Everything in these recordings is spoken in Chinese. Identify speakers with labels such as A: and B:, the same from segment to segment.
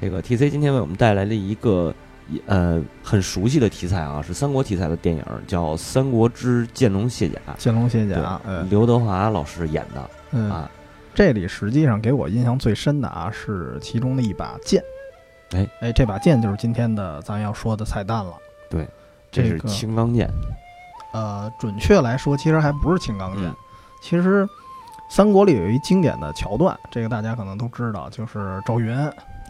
A: 这个 T C 今天为我们带来了一个一呃很熟悉的题材啊，是三国题材的电影，叫《三国之剑龙卸甲》，
B: 剑龙卸
A: 对
B: 甲，呃
A: 刘德华老师演的
B: 嗯，
A: 啊，
B: 这里实际上给我印象最深的啊，是其中的一把剑。
A: 哎
B: 哎，这把剑就是今天的咱要说的彩蛋了。
A: 这
B: 这
A: 是
B: 个
A: 青钢剑，
B: 呃，准确来说，其实还不是青钢剑。
A: 嗯
B: 其实三国里有一经典的桥段，这个大家可能都知道，就是赵云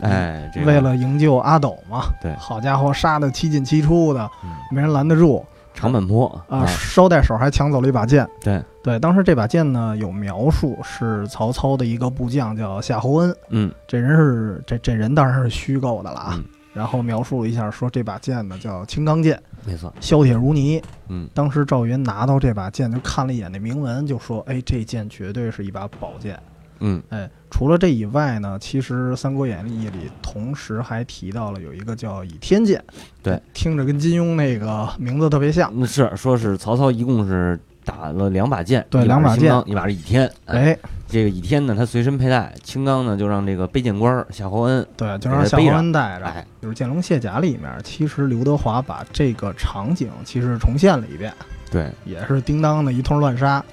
A: 哎，这个
B: 嗯为了营救阿斗嘛，
A: 对
B: 好家伙，杀的七进七出的，
A: 嗯
B: 没人拦得住
A: 长坂坡
B: 啊！捎带手还抢走了一把剑。
A: 对，
B: 对，当时这把剑呢有描述是曹操的一个部将叫夏侯恩，
A: 嗯
B: 这人是这这人当然是虚构的了啊。
A: 嗯
B: 然后描述了一下，说这把剑呢叫青钢剑，
A: 没错，
B: 削铁如泥。
A: 嗯
B: 当时赵云拿到这把剑，就看了一眼那铭文，就说：“哎，这剑绝对是一把宝剑。
A: 嗯”
B: 哎，除了这以外呢，其实《三国演义》里同时还提到了有一个叫倚天剑，
A: 对，
B: 听着跟金庸那个名字特别像。
A: 那是说是曹操一共是打了两把剑，
B: 对
A: 一把
B: 两把
A: 是青
B: 剑
A: 钢一把是倚天，
B: 哎，
A: 这个倚天呢他随身佩戴，青钢呢就让这个背剑官儿夏侯恩，
B: 对，
A: 给
B: 就让
A: 他
B: 夏
A: 背
B: 侯
A: 上
B: 恩带着。
A: 哎，
B: 就是《剑龙卸甲》里面，其实刘德华把这个场景其实重现了一遍，
A: 对，
B: 也是叮当的一通乱杀，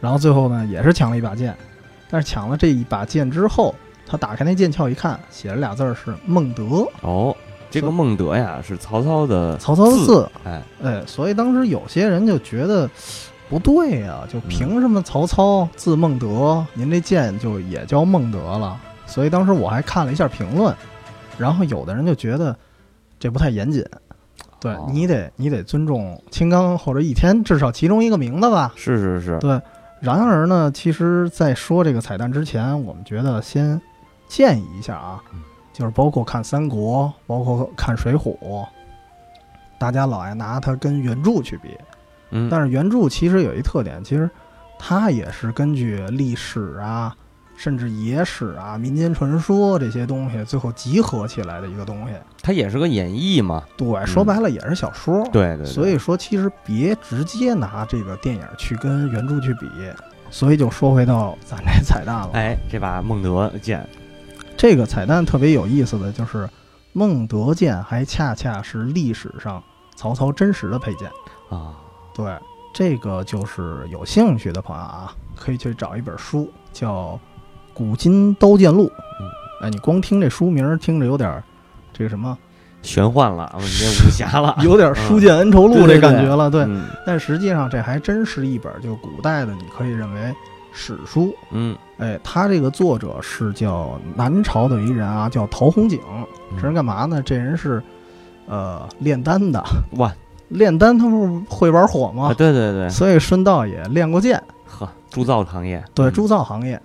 B: 然后最后呢也是抢了一把剑，但是抢了这一把剑之后，他打开那剑鞘一看，写着俩字儿是孟德，
A: 哦，这个孟德呀是曹操的
B: 曹操
A: 字，
B: 字，
A: 哎，
B: 哎，所以当时有些人就觉得。不对呀、就凭什么曹操字孟德，您这剑就也叫孟德了？所以当时我还看了一下评论，然后有的人就觉得这不太严谨，对
A: 哦
B: 你得你得尊重青钢或者倚天至少其中一个名字吧。
A: 是是是，
B: 对，然而呢，其实，在说这个彩蛋之前，我们觉得先建议一下啊
A: 嗯，
B: 就是包括看《三国》，包括看《水浒》，大家老爱拿它跟原著去比，
A: 嗯，
B: 但是原著其实有一特点，其实它也是根据历史啊，甚至野史啊、民间传说这些东西最后集合起来的一个东西。
A: 它也是个演绎嘛，
B: 对，说白了也是小说。
A: 对对对，
B: 所以说，其实别直接拿这个电影去跟原著去比。所以就说回到咱这彩蛋了。
A: 哎，这把孟德剑，
B: 这个彩蛋特别有意思的就是，孟德剑还恰恰是历史上曹操真实的佩剑。
A: 啊，
B: 对，这个就是有兴趣的朋友啊，可以去找一本书，叫《古今刀剑录》。
A: 嗯，
B: 哎，你光听这书名儿，听着有点儿这个什么，
A: 玄幻了，我们这武侠了，
B: 有点儿《书剑恩仇录
A: 嗯》
B: 这
A: 啊对对
B: 感觉了。对，
A: 嗯
B: 但实际上这还真是一本就古代的，你可以认为史书。
A: 嗯，
B: 哎，他这个作者是叫南朝的一人啊，叫陶弘景。
A: 嗯
B: 这人干嘛呢？这人是，呃，炼丹的。
A: 哇
B: 炼丹他不是会玩火
A: 啊，
B: 吗？
A: 对对对，
B: 所以顺道也练过剑。
A: 呵，铸造行业，
B: 对，
A: 嗯
B: 铸造行业。